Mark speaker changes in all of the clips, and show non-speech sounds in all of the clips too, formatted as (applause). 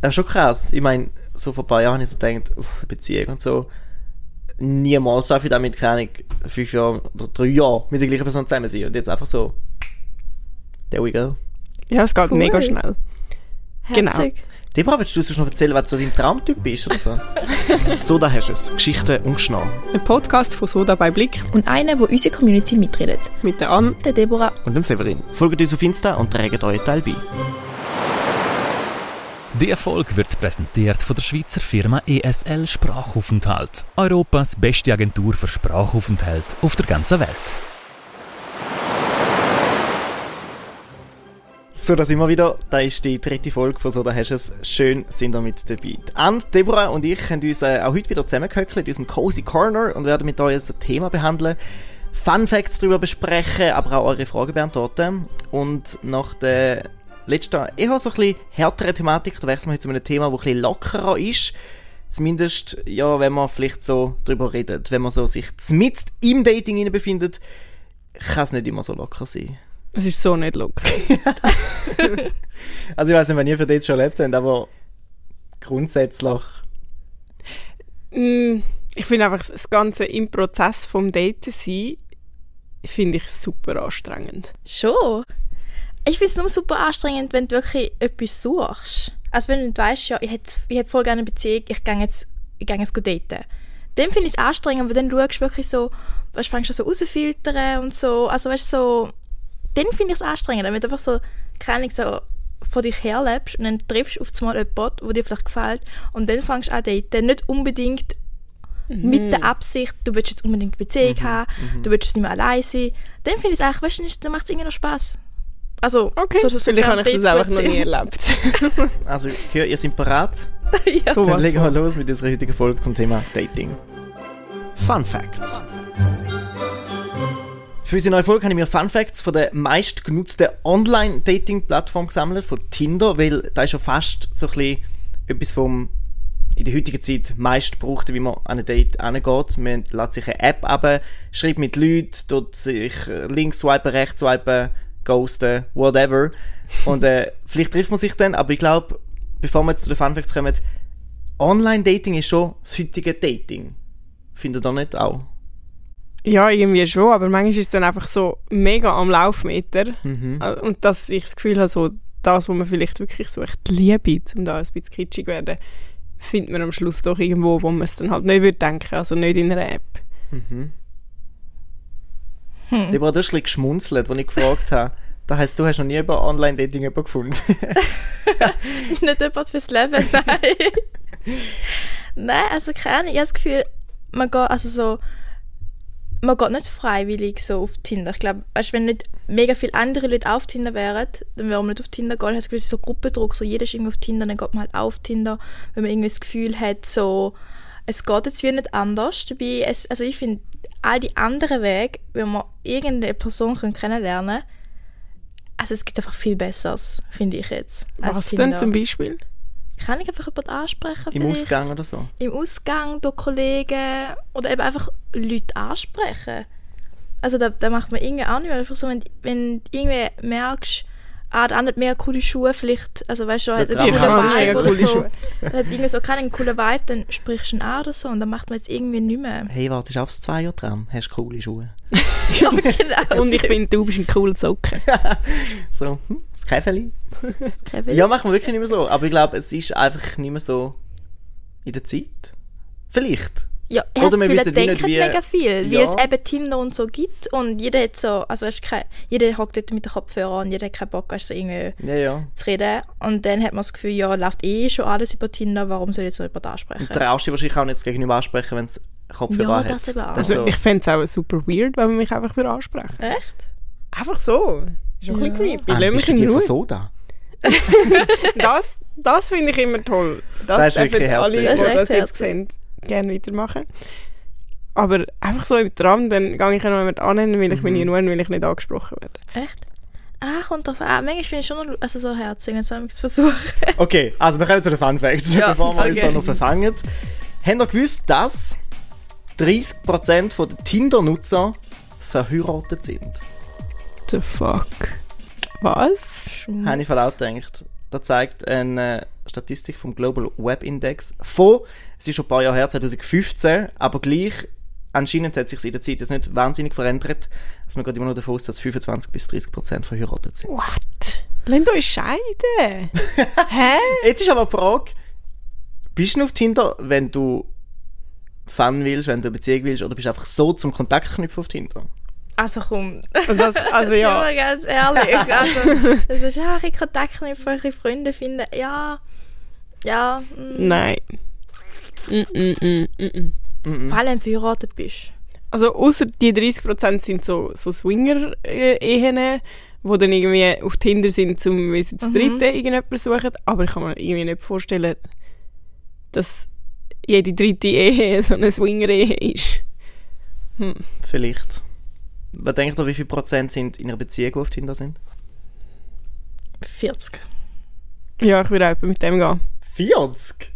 Speaker 1: das ist schon krass. Ich meine, so vor ein paar Jahren habe ich so gedacht, uff, Beziehung und so. Niemals schaffe ich damit, keine Ahnung, fünf Jahre oder drei Jahre mit der gleichen Person zusammen sein. Und jetzt einfach so, there we go.
Speaker 2: Ja, es geht
Speaker 3: Cool.
Speaker 2: mega schnell. Genau.
Speaker 3: Herzig.
Speaker 1: Debra, willst du uns noch erzählen, was so dein Traumtyp ist oder so? (laughs) so, da hast du es. Geschichten und Schnau.
Speaker 2: Ein Podcast von Soda bei Blick
Speaker 3: Und einer, wo unsere Community mitredet.
Speaker 2: mit der Anne.
Speaker 3: Der Deborah.
Speaker 1: Und dem Severin. Folgt uns auf Insta und trägt euren Teil bei.
Speaker 4: Der Erfolg wird präsentiert von der Schweizer Firma ESL Sprachaufenthalt. Europas beste Agentur für Sprachaufenthalt auf der ganzen Welt.
Speaker 1: So, da sind wir wieder. Da ist die dritte Folge von «So, da hast du es». Schön, sind ihr mit dabei. Die Anne, Deborah und ich haben uns äh, auch heute wieder zusammengehöckelt in unserem Cozy Corner und werden mit euch ein Thema behandeln, Fun Facts darüber besprechen, aber auch eure Fragen beantworten. Und nach der letzten, eher so ein bisschen härteren Thematik, da wechseln wir heute zu einem Thema, das ein bisschen lockerer ist. Zumindest, ja, wenn man vielleicht so drüber redet. Wenn man so sich mitten im Dating hinein befindet, kann es nicht immer so locker sein.
Speaker 2: Es ist so nicht locker.
Speaker 1: Also ich weiß nicht, wenn ihr für das schon erlebt habt, aber grundsätzlich.
Speaker 2: Mm, ich finde einfach das Ganze im Prozess vom Daten sein, finde ich super anstrengend.
Speaker 3: Schon. Ich finde es nur super anstrengend, wenn du wirklich etwas suchst. Also wenn du nicht weißt, ja, ich hätte ich hätt voll gerne eine Beziehung, ich gehe jetzt, ich gehe jetzt gut daten. Dann finde ich es anstrengend, weil dann schaust du wirklich so, weißt, fängst du so rausfiltern und so, also weißt du, so, dann finde ich es anstrengend, wenn du einfach so, keine Ahnung, so vor dich herlebst und dann triffst du auf einmal jemanden, der dir vielleicht gefällt und dann fängst du an daten. Nicht unbedingt
Speaker 2: Mhm.
Speaker 3: mit der Absicht, du willst jetzt unbedingt eine Beziehung haben, du willst jetzt nicht mehr allein sein. Dann finde ich es eigentlich, weißt du, nicht, dann macht es irgendwie noch Spass. Also,
Speaker 2: vielleicht habe ich das einfach noch nie
Speaker 3: nicht.
Speaker 2: erlebt.
Speaker 1: Also ich höre, ihr seid parat.
Speaker 3: ja.
Speaker 2: so
Speaker 1: Dann
Speaker 2: was.
Speaker 1: legen wir los mit unserer heutigen Folge zum Thema Dating. Fun Facts. Für unsere neue Folge habe ich mir Fun Facts von der meistgenutzten Online-Dating-Plattform gesammelt, von Tinder, weil da ist ja fast so ein bisschen etwas vom in der heutigen Zeit meist braucht, wie man an ein Date angeht. Man lädt sich eine App ab, schreibt mit Leuten, tut sich äh, links swipen, rechts swipen, ghosten, whatever. Und äh, vielleicht trifft man sich dann, aber ich glaube, bevor wir jetzt zu den Funfacts kommen, Online-Dating ist schon das heutige Dating. Findet ihr nicht auch?
Speaker 2: (laughs) Ja, irgendwie schon, aber manchmal ist es dann einfach so mega am Laufmeter. Äh, Und dass ich das Gefühl habe, so das, was man vielleicht wirklich sucht, die Liebe, um da ein bisschen kitschig zu werden, findet man am Schluss doch irgendwo, wo man es dann halt nicht würde denken, also nicht in einer App.
Speaker 1: Mhm. Deborah, du hast ein bisschen geschmunzelt, als ich gefragt habe. (laughs) Das heisst, du hast noch nie über Online-Dating jemanden gefunden. (laughs)
Speaker 3: (laughs) nicht jemand
Speaker 2: (laughs)
Speaker 3: fürs Leben, nein. nein, also keine Ahnung. Ich habe das Gefühl, man geht also so, man geht nicht freiwillig so auf Tinder. Ich glaube, weißt, wenn nicht mega viele andere Leute auf Tinder wären, dann wären wir nicht auf Tinder gehen. Ich habe das Gefühl, es ist so Gruppendruck, so jeder ist irgendwie auf Tinder, dann geht man halt auch auf Tinder, wenn man irgendwie das Gefühl hat, so, es geht jetzt wie nicht anders. Dabei, es, also ich finde, all die anderen Wege, wenn man irgendeine Person kann kennenlernen kann, also es gibt einfach viel Besseres, finde ich jetzt. als
Speaker 2: Was
Speaker 3: Tinder
Speaker 2: denn zum Beispiel?
Speaker 3: kann ich einfach jemanden ansprechen?
Speaker 1: Im
Speaker 3: vielleicht?
Speaker 1: Ausgang oder so.
Speaker 3: Im Ausgang durch Kollegen oder eben einfach Leute ansprechen. Also da, da macht man irgendwie auch nicht mehr. Einfach so, wenn, wenn du irgendwie merkst, ah, der andere hat mega coole Schuhe, vielleicht, also weißt du,
Speaker 1: So
Speaker 3: er hat
Speaker 1: Ja,
Speaker 3: einen
Speaker 1: traurig.
Speaker 2: ich
Speaker 1: aber
Speaker 2: habe
Speaker 3: coolen Vibe
Speaker 2: mega
Speaker 3: oder
Speaker 2: coole
Speaker 3: so.
Speaker 2: Schuhe.
Speaker 3: Er hat irgendwie so keinen coolen Vibe, dann sprichst du ihn an oder so und dann macht man jetzt irgendwie nicht
Speaker 1: (laughs)
Speaker 3: mehr.
Speaker 1: Hey, wartest du aufs 2-Jahr-Tram? Hast du coole Schuhe?
Speaker 3: ja, genau.
Speaker 2: Und ich finde, du bist ein cooler Socken.
Speaker 1: So, hm, das Käfeli.
Speaker 3: Kein Will.
Speaker 1: Ja, machen wir wirklich nicht mehr so. Aber ich glaube, es ist einfach nicht mehr so in der Zeit. Vielleicht.
Speaker 3: Ja, ich
Speaker 1: Oder
Speaker 3: habe
Speaker 1: wir
Speaker 3: das Gefühl, er
Speaker 1: wissen wie
Speaker 3: denkt
Speaker 1: nicht, wie-
Speaker 3: mega viel, wie
Speaker 1: Ja.
Speaker 3: es eben Tinder und so gibt und jeder hat so, also weißt, du, kein, jeder hockt dort mit den Kopfhörern und jeder hat keinen Bock, weißt, du, so irgendwie
Speaker 1: Ja, ja.
Speaker 3: zu reden und dann hat man das Gefühl, ja, läuft eh schon alles über Tinder, warum soll ich jetzt noch jemand ansprechen?
Speaker 1: Und traust dich wahrscheinlich auch nicht das Gegenüber ansprechen, wenn es Kopfhörer
Speaker 3: Ja,
Speaker 1: hat.
Speaker 3: das eben auch.
Speaker 2: Also,
Speaker 1: Also,
Speaker 2: ich fände es auch super weird, wenn man mich einfach für ansprechen.
Speaker 3: Echt?
Speaker 2: Einfach so. Ist auch ein bisschen creepy.
Speaker 1: Ah,
Speaker 2: Lass
Speaker 1: bist
Speaker 2: mich
Speaker 1: du die
Speaker 2: in
Speaker 1: von
Speaker 2: Ruhe.
Speaker 1: Soda?
Speaker 2: Das, das finde ich immer toll.
Speaker 1: Das ist
Speaker 2: dürfen
Speaker 1: wirklich herzig.
Speaker 2: alle, die
Speaker 3: Das ist echt
Speaker 2: das jetzt
Speaker 3: herzig.
Speaker 2: sehen, gerne weitermachen. Aber einfach so im Tram, dann gehe ich ja noch jemanden annehmen, weil ich meine Ruhe habe, weil ich nicht angesprochen werde.
Speaker 3: Echt? Ah, kommt drauf an. Manchmal finde ich schon noch, also so herzig, wenn ich es versuche.
Speaker 1: Okay, also wir kommen zu den Fun Facts, (laughs)
Speaker 3: Ja,
Speaker 1: bevor wir uns
Speaker 3: okay.
Speaker 1: da noch verfangen. Habt ihr gewusst, dass 30% der Tinder-Nutzer verheiratet sind?
Speaker 2: The fuck? Was?
Speaker 1: Habe ich voll auch gedacht. Da zeigt eine Statistik vom Global Web Index von, es ist schon ein paar Jahre her, 2015, aber gleich, anscheinend hat sich in der Zeit jetzt nicht wahnsinnig verändert, dass man gerade immer noch davon aus, dass 25 bis 30 Prozent verheiratet sind.
Speaker 2: What? Lasst
Speaker 1: (laughs)
Speaker 2: euch scheiden! Hä?
Speaker 1: Jetzt ist aber die Frage, bist du auf Tinder, wenn du Fan willst, wenn du eine Beziehung willst, oder bist du einfach so zum Kontakt knüpfen auf Tinder?
Speaker 3: Also komm,
Speaker 2: Und das, (laughs) also
Speaker 3: sind
Speaker 2: ja.
Speaker 3: wir ganz (laughs) ehrlich. Also, es ist, ja, ich Kontakt knüpfen, ein bisschen Freunde finden. Ja, ja. mm.
Speaker 2: Nein. Mm -mm -mm -mm. mm.
Speaker 1: Mhm,
Speaker 3: Vor allem, wenn du verheiratet bist.
Speaker 2: Also außer die 30% sind so, so Swinger-Ehen, die dann irgendwie auf Tinder sind, zum wie sie
Speaker 1: Mhm.
Speaker 2: zu dritten irgendjemanden suchen. Aber ich kann mir irgendwie nicht vorstellen, dass jede dritte Ehe (laughs) so eine Swinger-Ehe ist.
Speaker 1: Vielleicht. Was denkt ihr, wie viel Prozent sind in einer Beziehung, die auf Tinder sind?
Speaker 3: 40.
Speaker 2: Ja, ich würde auch etwa mit dem gehen.
Speaker 1: 40?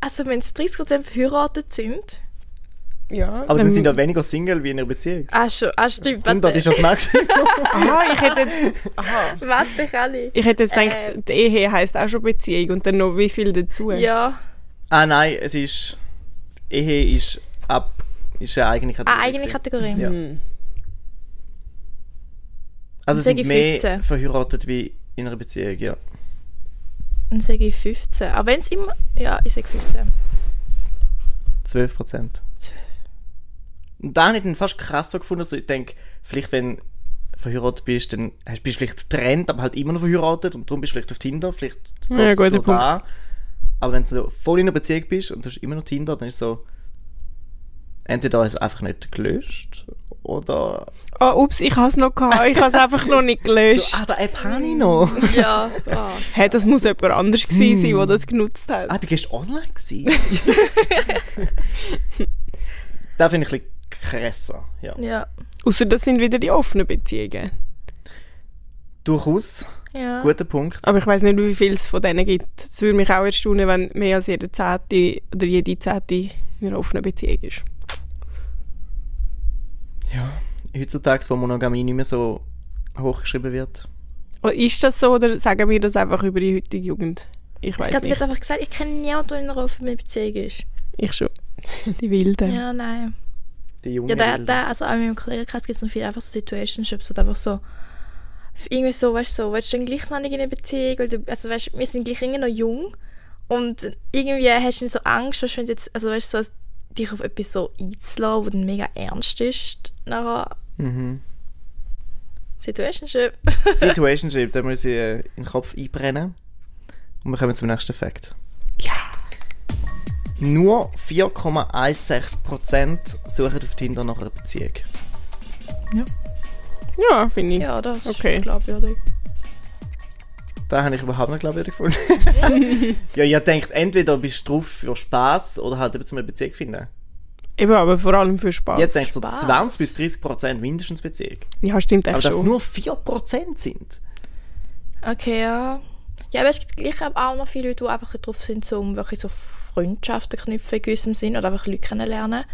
Speaker 3: Also, wenn es 30% verheiratet sind.
Speaker 2: Ja.
Speaker 1: Aber dann sind ja Ähm, weniger Single wie in einer Beziehung.
Speaker 3: Ah, schon, ah stimmt.
Speaker 1: Und das ist das Maximum.
Speaker 2: Aha, ich hätte jetzt,
Speaker 3: Warte, Kelly.
Speaker 2: ich hätte jetzt
Speaker 1: Äh,
Speaker 2: gedacht,
Speaker 3: Ähm.
Speaker 2: die Ehe heisst auch schon Beziehung und dann noch wie viel dazu.
Speaker 3: Ja.
Speaker 1: (laughs) ah nein, es ist... Ehe ist ab... Ist eine eigene Kategorie.
Speaker 3: Ah, eigene
Speaker 1: gewesen.
Speaker 3: Kategorie.
Speaker 1: Ja.
Speaker 2: Hm.
Speaker 1: Also es
Speaker 3: Sag ich
Speaker 1: sind mehr
Speaker 3: 15.
Speaker 1: verheiratet wie in einer Beziehung, ja.
Speaker 3: Dann sage ich 15. Aber wenn es immer. Ja, ich sage 15.
Speaker 1: 12 Prozent. Und da habe ich den fast krasser gefunden. Also ich denke, vielleicht wenn du verheiratet bist, dann hast- bist du vielleicht getrennt, aber halt immer noch verheiratet und darum bist du vielleicht auf Tinder, vielleicht
Speaker 2: Ja,
Speaker 1: geht's
Speaker 2: guter
Speaker 1: durch
Speaker 2: Punkt.
Speaker 1: da. Aber wenn du so voll in einer Beziehung bist und du hast immer noch Tinder, dann ist so, entweder ist es einfach nicht gelöscht oder
Speaker 2: Oh, ups, ich habe es noch gehabt. Ich habe es einfach noch nicht gelöscht.
Speaker 1: (laughs) so, ah, der App habe ich noch.
Speaker 3: Ja. (laughs) Ah.
Speaker 2: Hey, das muss jemand anders
Speaker 1: Hm.
Speaker 2: gewesen sein, der das genutzt hat.
Speaker 1: Ah, ich gestern online
Speaker 2: (laughs)
Speaker 1: gewesen. da finde ich ein bisschen krasser, ja.
Speaker 3: Ja.
Speaker 2: Außer das sind wieder die offenen Beziehungen.
Speaker 1: Durchaus,
Speaker 3: Ja.
Speaker 1: guter Punkt.
Speaker 2: Aber ich weiß nicht, wie viel es von denen gibt. Es würde mich auch erstaunen, wenn mehr als jede Zehnte oder jede Zehnte in einer offenen Beziehung ist.
Speaker 1: heutzutage, wo Monogamie nicht mehr so hochgeschrieben wird.
Speaker 2: Und ist das so oder sagen wir das einfach über die heutige Jugend? Ich
Speaker 3: Ich
Speaker 2: weiß
Speaker 3: habe
Speaker 2: nicht.
Speaker 3: einfach gesagt, ich kenne niemanden, der in einer offenen Beziehung ist.
Speaker 2: Ich schon. (laughs) Die Wilden.
Speaker 3: Ja, nein.
Speaker 1: Die jungen
Speaker 3: Ja, da,
Speaker 1: Wilden.
Speaker 3: da, also auch in meinem Kollegenkreis gibt es noch viele einfach so Situationships, oder einfach so, irgendwie so, weißt du, so, willst du dann gleich noch nicht in eine Beziehung, weil du, also weißt du, wir sind gleich irgendwie noch jung und irgendwie hast du dann so Angst, weißt du, wenn du jetzt, also weißt du, so, dich auf etwas so einzulassen, wo dann mega ernst ist, nachher.
Speaker 1: Mhm.
Speaker 3: Situationship.
Speaker 1: Situationship, da muss ich äh, in den Kopf einbrennen. Und wir kommen zum nächsten Fakt. Ja. Nur 4,16% suchen auf Tinder nach einer Beziehung.
Speaker 2: Ja, finde ich.
Speaker 3: ja, das
Speaker 2: Okay.
Speaker 3: ist glaubwürdig.
Speaker 1: Da habe ich überhaupt nicht glaubwürdig gefunden.
Speaker 2: (laughs)
Speaker 1: ja, ich denkt, entweder bist du drauf für Spass oder halt eben zum eine Beziehung finden.
Speaker 2: Eben, aber vor allem für Spaß.
Speaker 1: Jetzt denkst du so
Speaker 3: Spass.
Speaker 1: 20 bis 30% mindestens Beziehung.
Speaker 2: Ja, stimmt
Speaker 1: Aber
Speaker 2: echt
Speaker 1: dass
Speaker 2: schon.
Speaker 1: nur 4% sind.
Speaker 3: Okay, ja. Ja, aber es gibt gleich aber auch noch viele Leute, die einfach drauf sind, um wirklich so Freundschaften knüpfen in gewissem Sinn oder einfach Leute kennenlernen.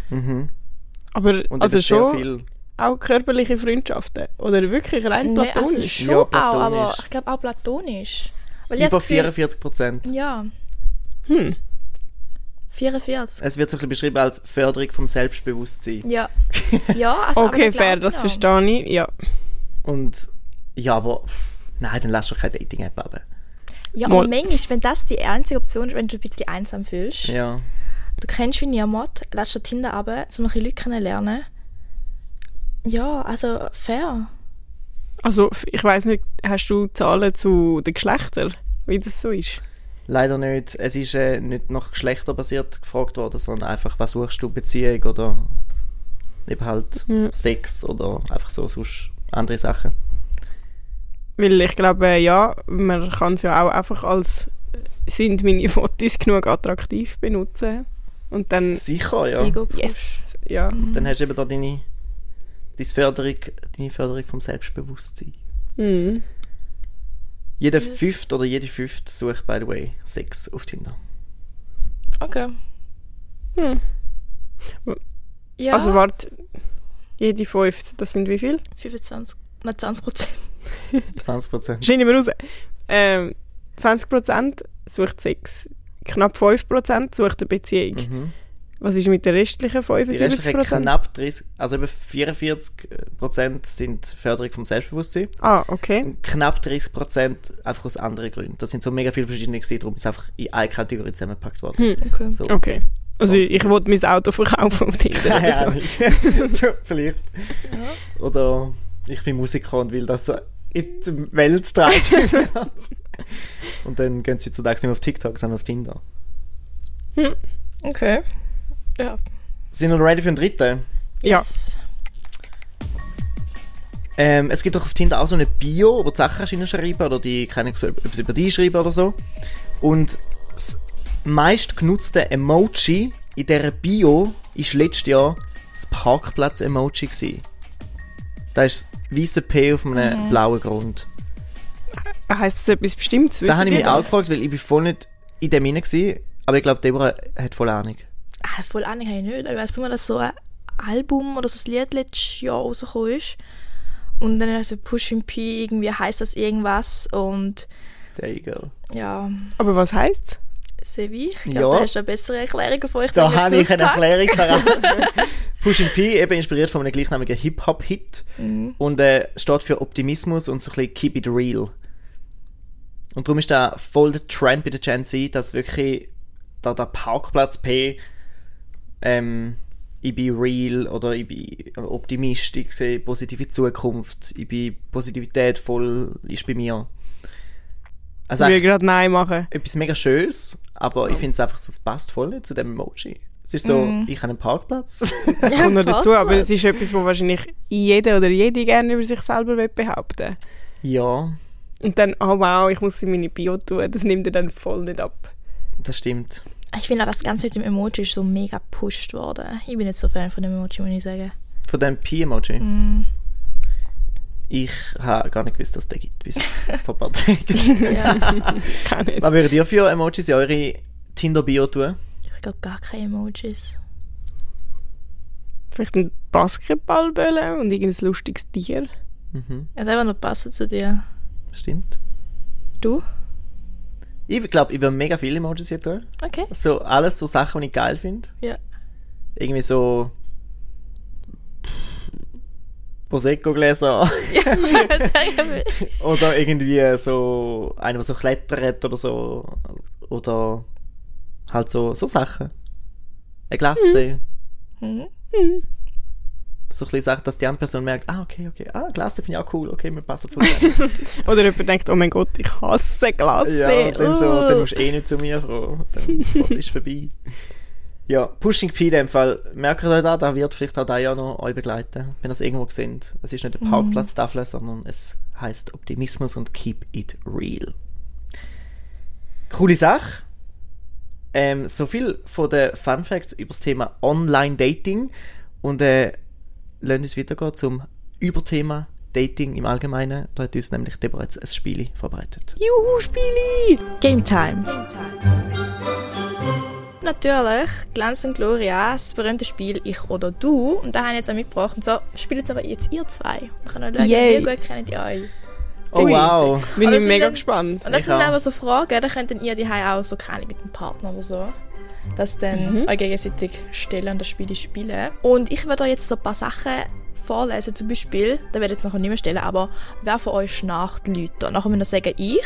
Speaker 2: Aber
Speaker 1: Und
Speaker 2: also
Speaker 1: eben sehr
Speaker 2: schon
Speaker 1: viel
Speaker 2: auch körperliche Freundschaften. Oder wirklich rein
Speaker 3: Nee, also
Speaker 2: platonisch.
Speaker 3: schon
Speaker 1: Ja,
Speaker 3: auch, aber
Speaker 1: platonisch.
Speaker 3: ich glaube auch platonisch. Weil ich
Speaker 1: über
Speaker 3: das Gefühl,
Speaker 1: 44%.
Speaker 3: ja.
Speaker 2: Hm.
Speaker 3: 44.
Speaker 1: Es wird so ein bisschen beschrieben als Förderung vom Selbstbewusstsein. (laughs)
Speaker 3: Ja. ja, also aber
Speaker 2: okay,
Speaker 3: ich
Speaker 2: fair,
Speaker 3: glaub
Speaker 2: das
Speaker 3: noch.
Speaker 2: verstehe ich. Ja.
Speaker 1: Und ja, aber nein, dann lässt du keine Dating-App ab.
Speaker 3: Ja,
Speaker 2: Mal.
Speaker 3: und manchmal, wenn das die einzige Option ist, wenn du ein bisschen einsam fühlst,
Speaker 1: Ja.
Speaker 3: du kennst wie niemand, lässt du Tinder ab, um ein bisschen Leute kennenlernen. Ja, also fair.
Speaker 2: Also, f- ich weiß nicht, hast du Zahlen zu den Geschlechtern, wie das so ist?
Speaker 1: Leider nicht. Es ist äh, nicht nach geschlechterbasiert gefragt worden, sondern einfach, was suchst du, Beziehung oder eben halt Sex oder einfach so sonst andere Sachen.
Speaker 2: Weil ich glaube, äh, ja, man kann es ja auch einfach als äh, sind meine (laughs) Fotos genug attraktiv benutzen. Und dann,
Speaker 1: Sicher, ja.
Speaker 3: Ego Mhm.
Speaker 2: yes, ja.
Speaker 1: Dann hast du eben da deine, deine, Förderung, deine Förderung vom Selbstbewusstsein.
Speaker 2: Mhm.
Speaker 1: Jeder Fünfte oder jede Fünfte sucht, by the way, Sex auf Tinder.
Speaker 3: Okay.
Speaker 2: Hm.
Speaker 3: Ja,
Speaker 2: Also, warte, jede fünfte, das sind wie viel?
Speaker 3: 25. Nein, 20 Prozent.
Speaker 1: 20%.
Speaker 2: Schneide ich mir raus. Ähm, 20% sucht Sex. Knapp 5% sucht eine Beziehung.
Speaker 1: Mhm.
Speaker 2: Was ist mit den restlichen
Speaker 1: Die
Speaker 2: 75%?
Speaker 1: restlichen knapp 30, also eben 44% sind Förderung vom Selbstbewusstsein.
Speaker 2: ah, okay.
Speaker 1: Knapp 30% einfach aus anderen Gründen. Das sind so mega viele verschiedene gewesen, darum ist es einfach in eine Kategorie zusammengepackt worden.
Speaker 3: Okay.
Speaker 1: So.
Speaker 2: Okay. Also
Speaker 1: Sonst
Speaker 2: ich, ich
Speaker 1: ist-
Speaker 2: wollte mein Auto
Speaker 1: (laughs)
Speaker 2: verkaufen auf Tinder oder
Speaker 1: Keine
Speaker 2: so.
Speaker 1: Ahnung. (laughs) so, vielleicht. Oder ich bin Musiker und will das in die Welt (laughs) tragen. und dann gehen sie heutzutage nicht mehr auf TikTok, sondern auf Tinder.
Speaker 3: Okay. Ja.
Speaker 1: Sind wir ready für den dritten?
Speaker 2: Ja.
Speaker 1: Ähm, es gibt doch auf Tinder auch so eine Bio, wo du Sachen kannst reinschreiben oder die kann ich so etwas über dich schreiben oder so. Und das meistgenutzte Emoji in dieser Bio ist letztes Jahr das Parkplatz-Emoji. gewesen. Da ist das weiße P auf einem blauen Grund.
Speaker 2: Heißt das etwas Bestimmtes?
Speaker 1: Da
Speaker 2: Wissen
Speaker 1: habe ich
Speaker 2: die
Speaker 1: mich
Speaker 2: das?
Speaker 1: auch gefragt, weil ich bin voll nicht in dem hinein war, aber ich glaube, Deborah hat voll Ahnung.
Speaker 3: Ah, voll Ahnung habe ich nicht. Ich weiss nur, dass so ein Album oder so ein Lied letztes Jahr rausgekommen ist. Und dann also Push and P, irgendwie heißt das irgendwas. Und
Speaker 1: There you go.
Speaker 3: ja,
Speaker 2: Aber was heißt
Speaker 3: Sevi, ich
Speaker 1: Ja.
Speaker 3: glaube, da hast du eine bessere Erklärung für euch.
Speaker 1: Da habe ich eine Erklärung verraten. Push and P, eben inspiriert von einem gleichnamigen Hip-Hop-Hit und äh, steht für Optimismus und so ein bisschen Keep it real. Und darum ist da voll der Trend bei der Gen Z, dass wirklich da der Parkplatz P ähm, ich bin real oder ich bin Optimist, ich sehe positive Zukunft, ich bin Positivität voll, ist bei mir. Also
Speaker 2: Ich will
Speaker 1: eigentlich
Speaker 2: gerade Nein machen.
Speaker 1: etwas mega Schönes, aber ich finde es einfach so, es passt voll nicht zu dem Emoji. Es ist so, ich habe einen Parkplatz. (laughs)
Speaker 2: Das kommt noch dazu, aber es ist etwas, wo wahrscheinlich jeder oder jede gerne über sich selber will behaupten
Speaker 1: ja,
Speaker 2: Und dann, oh wow, ich muss in meine Bio tun, das nimmt er dann voll nicht ab.
Speaker 1: das stimmt.
Speaker 3: Ich finde auch, das Ganze mit dem Emoji ist so mega gepusht worden. Ich bin nicht so Fan von dem Emoji, muss
Speaker 1: (laughs)
Speaker 3: ich sagen.
Speaker 1: Von dem P-Emoji. Ich habe gar nicht gewusst, dass es den gibt, bis (laughs) vor ein paar Tagen.
Speaker 2: Kann nicht.
Speaker 1: Was würdet ihr für Emojis in eure Tinder-Bio tun?
Speaker 3: Ich glaube, gar keine Emojis.
Speaker 2: Vielleicht ein Basketballbölle und irgendein lustiges Tier.
Speaker 3: Ja, der war noch passend zu dir.
Speaker 1: Stimmt.
Speaker 3: Du?
Speaker 1: Ich glaube, ich würde mega viele Emojis hier tun.
Speaker 3: Okay. (laughs)
Speaker 1: So, alles so Sachen, die ich geil finde.
Speaker 3: Ja.
Speaker 1: Irgendwie so... Prosecco-Gläser. Oder irgendwie so einer, der so klettert oder so. Oder halt so, so Sachen. Eine Glasse.
Speaker 3: Mhm.
Speaker 1: So ein bisschen Sachen, dass die andere Person merkt, ah, okay, okay, ah, Glasse finde ich auch cool, okay, wir passen voll rein.
Speaker 2: Oder jemand denkt, oh mein Gott, ich hasse Glasse.
Speaker 1: ja, und dann so,
Speaker 2: Uh.
Speaker 1: dann musst du eh nicht zu mir kommen. Dann ist vorbei. Ja, Pushing P in dem Fall, merkt euch da, da wird vielleicht auch da ja noch euch begleiten, wenn ihr es irgendwo seht. Es ist nicht eine Parkplatztafel, sondern es heißt Optimismus und Keep it real. Coole Sache. Ähm, so viel von den Fun Facts über das Thema Online-Dating und äh, lasst uns weitergehen zum Überthema Dating im Allgemeinen. Da hat uns nämlich Deborah jetzt ein Spiel vorbereitet.
Speaker 2: Juhu, Spieli!
Speaker 5: Game Time.
Speaker 3: Natürlich, Glanz und Gloria, das berühmte Spiel Ich oder Du. Und da haben wir jetzt auch mitgebracht. Und so spielt es aber jetzt ihr zwei. Ich kann auch schauen,
Speaker 2: Yay.
Speaker 3: wie gut kennt ihr euch.
Speaker 1: Oh wow!
Speaker 2: Bin
Speaker 3: Aber
Speaker 2: ich
Speaker 3: sind
Speaker 2: mega
Speaker 3: Also, dann-
Speaker 2: gespannt.
Speaker 3: Und das
Speaker 1: Ich
Speaker 3: sind
Speaker 1: auch.
Speaker 3: dann aber so Fragen, da könnt dann ihr die auch so keine mit dem Partner oder so. Das
Speaker 1: Mhm.
Speaker 3: dann euch gegenseitig stellen und das Spiel spielen. Und ich werde euch jetzt so ein paar Sachen vorlesen, zum Beispiel, da werde ich jetzt noch nicht mehr stellen, aber wer von euch schnarcht Leute? Nachher müsst ihr sagen, ich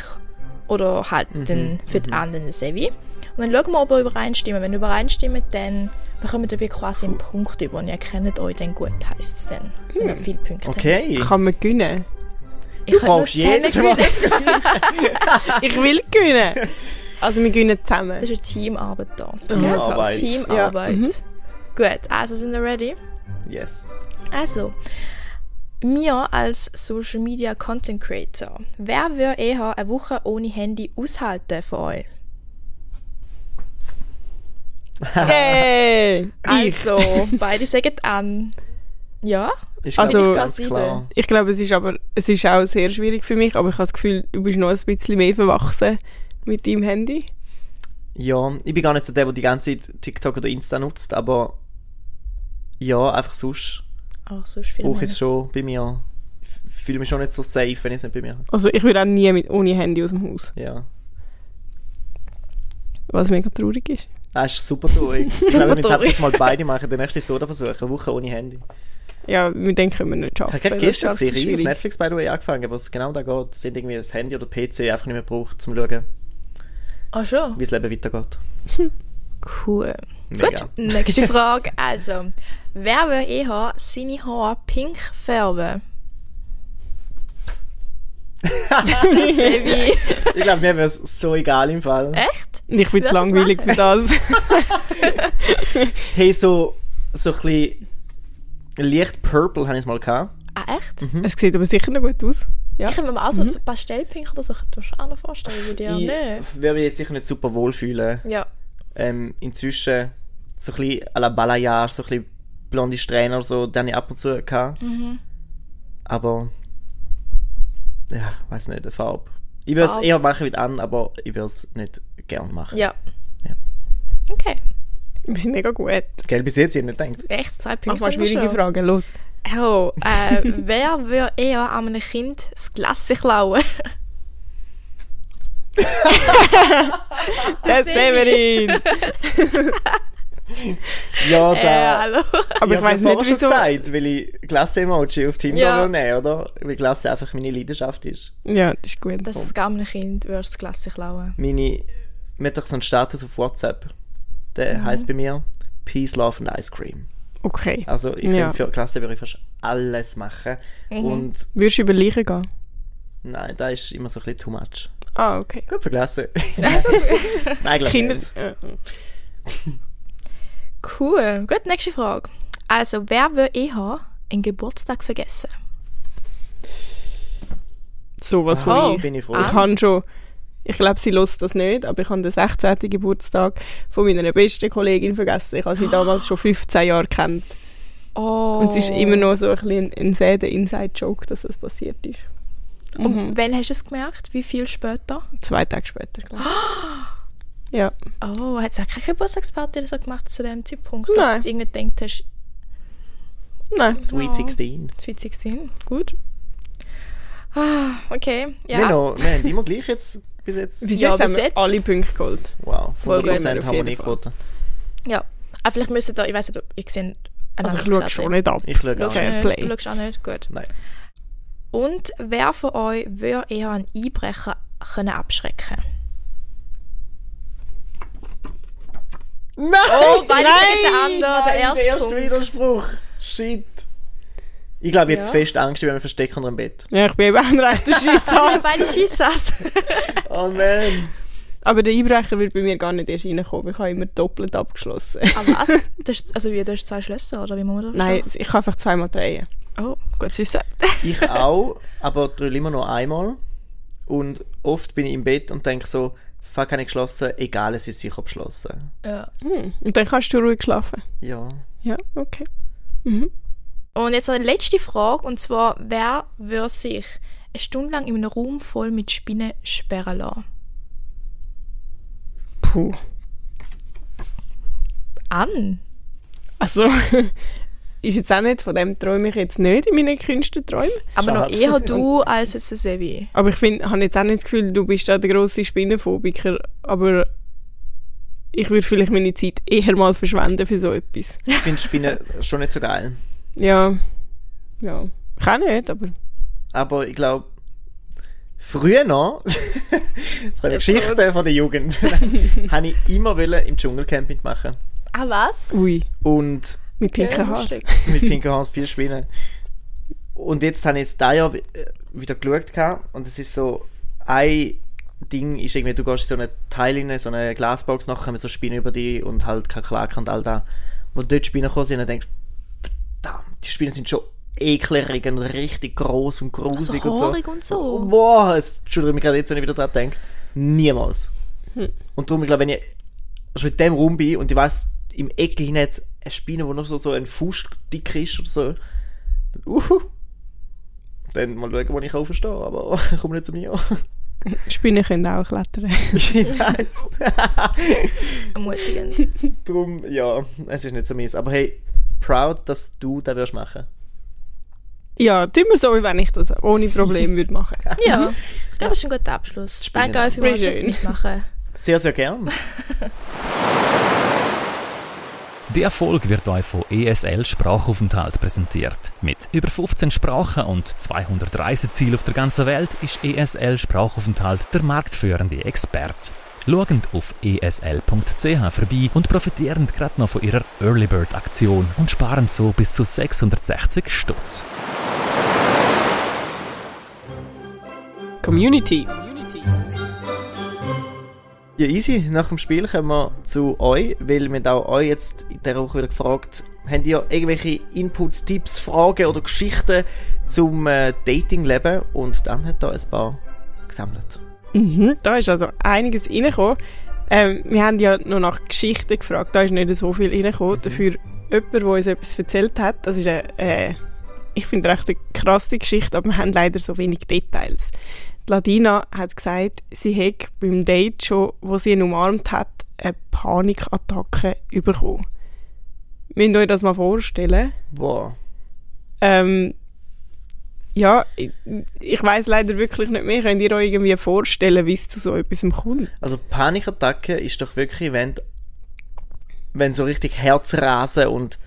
Speaker 3: oder halt
Speaker 1: Mhm.
Speaker 3: den, für den anderen den Sevi. Und dann schauen wir, ob ihr übereinstimmen. Wenn ihr übereinstimmt, dann bekommt ihr wie quasi einen Punkt über und ihr kennt euch dann gut, heisst es dann. Wenn ihr viele Punkte habt.
Speaker 1: Mhm. Okay.
Speaker 2: Kann man
Speaker 3: (laughs)
Speaker 2: gewinnen?
Speaker 3: Ich könnte nur
Speaker 1: fragst jedes Mal.
Speaker 3: zusammen gewinnen.
Speaker 2: Ich will gewinnen! Also wir gewinnen zusammen.
Speaker 3: Das ist eine Teamarbeit da.
Speaker 1: Teamarbeit.
Speaker 3: Teamarbeit. Gut, also sind wir ready?
Speaker 1: Yes.
Speaker 3: Also, mir als Social Media Content Creator, wer würde eher eine Woche ohne Handy aushalten für euch?
Speaker 2: Hey! Ich!
Speaker 3: (laughs) Also, beide sagen an. Ja?
Speaker 1: Ist
Speaker 2: Also-
Speaker 1: also, ganz
Speaker 3: Plausibel.
Speaker 1: klar.
Speaker 2: Ich glaube, es ist aber es ist auch sehr schwierig für mich, aber ich habe das Gefühl, du bist noch ein bisschen mehr verwachsen mit deinem Handy.
Speaker 1: Ja, ich bin gar nicht so der, der die ganze Zeit TikTok oder Insta nutzt, aber ja, einfach sonst
Speaker 3: Auch sonst viel
Speaker 1: brauche
Speaker 3: mehr.
Speaker 1: ich es schon bei mir. Ich f- fühle mich schon nicht so safe, wenn ich es nicht bei mir habe.
Speaker 2: Also ich würde auch nie mit ohne Handy aus dem Haus.
Speaker 1: Ja.
Speaker 2: Was mega traurig ist.
Speaker 1: Das Ah, ist super traurig. Ich
Speaker 3: Super
Speaker 1: glaube, wir könnten
Speaker 3: traurig.
Speaker 1: jetzt mal beide machen. Den nächsten Soda-Versuch. Eine Woche ohne Handy.
Speaker 2: Ja, mit dem können wir nicht
Speaker 1: Ich
Speaker 2: schaffen.
Speaker 1: habe gerade
Speaker 2: Das
Speaker 1: gestern eine
Speaker 2: ist einfach
Speaker 1: Serie auf
Speaker 2: schwierig.
Speaker 1: Netflix, by the way, angefangen, wo es genau da geht. Es sind irgendwie das Handy oder PC einfach nicht mehr gebraucht, um zu schauen,
Speaker 3: Ah schon.
Speaker 1: wie das Leben weitergeht.
Speaker 3: Cool.
Speaker 1: Mega.
Speaker 3: Gut, nächste Frage. Also, wer würde eher seine Haare pink
Speaker 1: (laughs)
Speaker 3: färben? (laughs) das Baby.
Speaker 1: Ich glaube, mir wäre es so egal im Fall.
Speaker 3: Echt?
Speaker 2: Ich bin zu
Speaker 3: Lass es
Speaker 2: langweilig
Speaker 3: machen.
Speaker 2: für das.
Speaker 1: Hey, so, so ein bisschen leicht purple habe ich es mal gehabt.
Speaker 3: Ah, echt?
Speaker 2: Es sieht aber sicher noch gut aus. Ja.
Speaker 3: Ich kann mir mal auch so
Speaker 2: Mhm.
Speaker 3: ein Pastellpink oder so du musst auch noch vorstellen wie dir.
Speaker 1: ich
Speaker 3: Nee.
Speaker 1: würde mich jetzt sicher nicht super wohlfühlen.
Speaker 3: Ja.
Speaker 1: Ähm, inzwischen so ein bisschen à la Balayage, so ein bisschen blonde Strähnen oder so, die habe ich ab und zu gehabt.
Speaker 3: Mhm.
Speaker 1: Aber, ja, weiß nicht, eine Farbe. Ich würde es
Speaker 3: Farbe.
Speaker 1: eher machen mit an, aber ich würde es nicht gern machen.
Speaker 3: Ja.
Speaker 1: Ja.
Speaker 3: Okay.
Speaker 2: Wir sind mega gut.
Speaker 1: Gell, bis jetzt, ich hätte nicht
Speaker 3: (laughs)
Speaker 1: gedacht.
Speaker 3: Echt? Zwei Punkte.
Speaker 2: Mach mal
Speaker 3: haben wir
Speaker 2: schwierige
Speaker 3: schon.
Speaker 2: Fragen, los.
Speaker 3: Oh, äh, (laughs) wer würde eher an einem Kind das Glas klauen?
Speaker 2: Der
Speaker 3: Severin.
Speaker 2: Severin! Oh,
Speaker 1: Ja,
Speaker 3: Äh,
Speaker 1: da.
Speaker 2: (laughs)
Speaker 3: hallo.
Speaker 2: Aber ich
Speaker 1: hab's ja
Speaker 2: weiß
Speaker 1: vorher
Speaker 2: nicht,
Speaker 1: schon
Speaker 2: wieso.
Speaker 1: gesagt, weil ich Klasse-Emoji auf Tinder
Speaker 3: Ja.
Speaker 1: ja. nehmen, oder? Weil Klasse einfach meine Leidenschaft ist.
Speaker 3: (laughs)
Speaker 2: Ja, das ist gut.
Speaker 3: Das ist einem Kind, würdest das Glas klauen.
Speaker 1: Meine, mir hat doch so einen Status auf WhatsApp. Der heisst bei mir Peace, Love and Ice Cream.
Speaker 2: Okay.
Speaker 1: Also ich
Speaker 2: Ja.
Speaker 1: ja. für Klasse würde ich fast alles machen. Und
Speaker 2: Würdest du über Leichen gehen?
Speaker 1: nein, da ist immer so ein bisschen too much.
Speaker 2: Ah, okay.
Speaker 1: Gut für Klasse. nein, glaub
Speaker 2: Kinder.
Speaker 1: nicht.
Speaker 2: Äh,
Speaker 3: Cool. Gut, nächste Frage. Also, wer würde eher einen Geburtstag vergessen?
Speaker 2: Sowas von
Speaker 1: Ah,
Speaker 2: ich.
Speaker 1: bin ich froh.
Speaker 2: Ich habe schon, ich glaube, sie lässt das nicht, aber ich habe den 16. Geburtstag von meiner besten Kollegin vergessen. Ich habe sie damals schon 15 Jahre kennt.
Speaker 3: Oh.
Speaker 2: Und es ist immer noch so ein bisschen ein säder Inside-Joke, dass das passiert ist.
Speaker 3: Und
Speaker 2: Mhm.
Speaker 3: wann hast du es gemerkt? Wie viel später?
Speaker 2: Zwei Tage später, glaube ich. Ja.
Speaker 3: Oh, hat es auch keine Geburtstagsparty oder so gemacht zu dem Zeitpunkt, dass
Speaker 2: Nein.
Speaker 3: du irgendwie gedacht hast,
Speaker 2: Nein.
Speaker 1: Sweet
Speaker 3: Ja.
Speaker 1: 16.
Speaker 3: Sweet 16, gut. Ah, okay, ja.
Speaker 1: Wir, noch, wir haben immer gleich jetzt bis jetzt.
Speaker 2: Bis
Speaker 3: Ja,
Speaker 2: jetzt
Speaker 3: bis
Speaker 2: haben wir
Speaker 3: jetzt.
Speaker 2: alle Punkte geholt.
Speaker 1: Wow,
Speaker 3: Voll gut.
Speaker 1: 100%
Speaker 2: Auf jeden
Speaker 1: Harmoniequote.
Speaker 3: Ja. Aber vielleicht müsst ihr da, ich weiß nicht, ob ich sehe
Speaker 2: Also ich schaue schon nicht ab.
Speaker 1: Ich schaue auch
Speaker 3: Schaust du
Speaker 2: Fair
Speaker 1: nicht.
Speaker 3: nicht?
Speaker 2: play.
Speaker 3: Schaust du auch nicht? Gut.
Speaker 1: Nein.
Speaker 3: Und wer von euch würde eher einen Einbrecher können abschrecken
Speaker 2: (laughs)
Speaker 1: Nein!
Speaker 3: Oh, beide nein, miteinander, der erste, Punkt.
Speaker 1: Widerspruch. Shit. Ich glaube, jetzt
Speaker 3: Ja.
Speaker 1: fest Angst, wenn wir verstecken unter dem Bett.
Speaker 2: Ja, ich bin eben auch ein rechter
Speaker 3: Ja,
Speaker 2: Schisshass.
Speaker 3: beide Schissas.
Speaker 1: Oh man.
Speaker 2: aber der Einbrecher wird bei mir gar nicht erst reinkommen. Ich habe immer doppelt abgeschlossen.
Speaker 3: Aber Ah, was? Das ist, also wie, du hast zwei Schlösser, oder wie muss man das
Speaker 2: Nein, ich kann einfach zweimal drehen.
Speaker 3: verstehen? Oh, gut
Speaker 2: (laughs)
Speaker 3: zu wissen.
Speaker 1: Ich auch, aber drülle immer nur einmal. Und oft bin ich im Bett und denke so, fuck, habe ich geschlossen, egal, es ist sicher beschlossen.
Speaker 3: ja.
Speaker 2: Hm. Und dann kannst du ruhig schlafen.
Speaker 1: Ja.
Speaker 2: Ja, okay.
Speaker 3: Und jetzt eine letzte Frage, und zwar, wer würde sich eine Stunde lang in einem Raum voll mit Spinnen sperren lassen?
Speaker 2: Puh.
Speaker 3: An?
Speaker 2: Also, (laughs) ist jetzt auch nicht, von dem träume ich jetzt nicht in meinen Künsten träumen.
Speaker 3: Aber
Speaker 1: Schade.
Speaker 3: noch eher
Speaker 2: (laughs)
Speaker 3: du als jetzt der Sevi.
Speaker 2: Aber ich finde, habe jetzt auch nicht das Gefühl, du bist da der grosse Spinnenphobiker, aber ich würde vielleicht meine Zeit eher mal verschwenden für so etwas.
Speaker 1: Ich finde Spinnen schon nicht so geil.
Speaker 2: Ja, ja. Ich auch nicht, aber
Speaker 1: Aber ich glaube, früher noch, (laughs) das war eine Geschichte von der Jugend, (laughs) habe ich immer wollen im Dschungelcamp mitmachen.
Speaker 3: Ah, was? Äh,
Speaker 2: ui,
Speaker 1: Und
Speaker 2: mit pinken Haaren.
Speaker 1: (laughs) mit pinken Haaren viel Spinnen. Und jetzt habe ich jetzt da ja äh, wieder geschaut gehabt und es ist so ein Ding ist irgendwie, du gehst in so einen Teil in so eine Glasbox, nachher kommen so Spinnen über dich und halt Kakerlaken und all da. Wo dort Spinnen kommen sind und denkst, verdammt, die Spinnen sind schon ekelerregend und richtig groß und
Speaker 3: Also
Speaker 1: grusig und
Speaker 3: horrig
Speaker 1: so.
Speaker 3: und so.
Speaker 1: Boah, es schüttelt mich gerade jetzt, wenn ich wieder dran denke. Niemals. Und darum, ich glaube, wenn ich schon in dem Raum bin und ich weiß, im Ecke hin hat eine Spinne, die noch so, so ein Fuß dick ist oder so, dann, uhu, dann mal schauen, wo ich aufstehe, aber (laughs) komm nicht zu mir.
Speaker 2: (laughs) Spinnen können auch klettern. (laughs)
Speaker 1: ich weiß. (laughs)
Speaker 3: Ermutigend.
Speaker 1: Darum, ja, es ist nicht so mies. Aber hey, proud, dass du das wirst machen.
Speaker 2: ja, tun wir so, wie wenn ich das ohne Probleme würde machen.
Speaker 3: ja. Ich glaube, das ist ein guter Abschluss.
Speaker 1: Spinnen
Speaker 3: Danke euch
Speaker 1: auch.
Speaker 3: vielmals
Speaker 2: Sehr
Speaker 3: fürs
Speaker 2: schön.
Speaker 3: Mitmachen.
Speaker 1: Sehr, sehr gern.
Speaker 4: Der Erfolg wird euch von ESL Sprachaufenthalt präsentiert. Mit über 15 Sprachen und 200 Reisezielen auf der ganzen Welt ist ESL Sprachaufenthalt der marktführende Experte. Schaut auf E esl.ch vorbei und profitieren gerade noch von ihrer Early Bird Aktion und sparen so bis zu 660 Stutz.
Speaker 2: Community.
Speaker 1: Ja, easy. Nach dem Spiel kommen wir zu euch, weil wir auch euch jetzt in dieser Woche wieder gefragt haben, ihr irgendwelche Inputs, Tipps, Fragen oder Geschichten zum äh, Datingleben? Und dann hat da ein paar gesammelt.
Speaker 2: Mhm. Da ist also einiges reingekommen. Ähm, wir haben ja noch nach Geschichten gefragt, da ist nicht so viel reingekommen. Dafür jemand, der uns etwas erzählt hat, das ist eine, äh, ich finde, recht eine krasse Geschichte, aber wir haben leider so wenig Details. Die Ladina hat gesagt, sie hätte beim Date schon, wo sie ihn umarmt hat, eine Panikattacke bekommen. Müsst ihr euch das mal vorstellen?
Speaker 1: Wow.
Speaker 2: Ähm, ja, ich, ich weiß leider wirklich nicht mehr. Könnt ihr euch irgendwie vorstellen, wie es zu so etwas kommt?
Speaker 1: Also Panikattacke ist doch wirklich, wenn, d- wenn so richtig Herzrasen und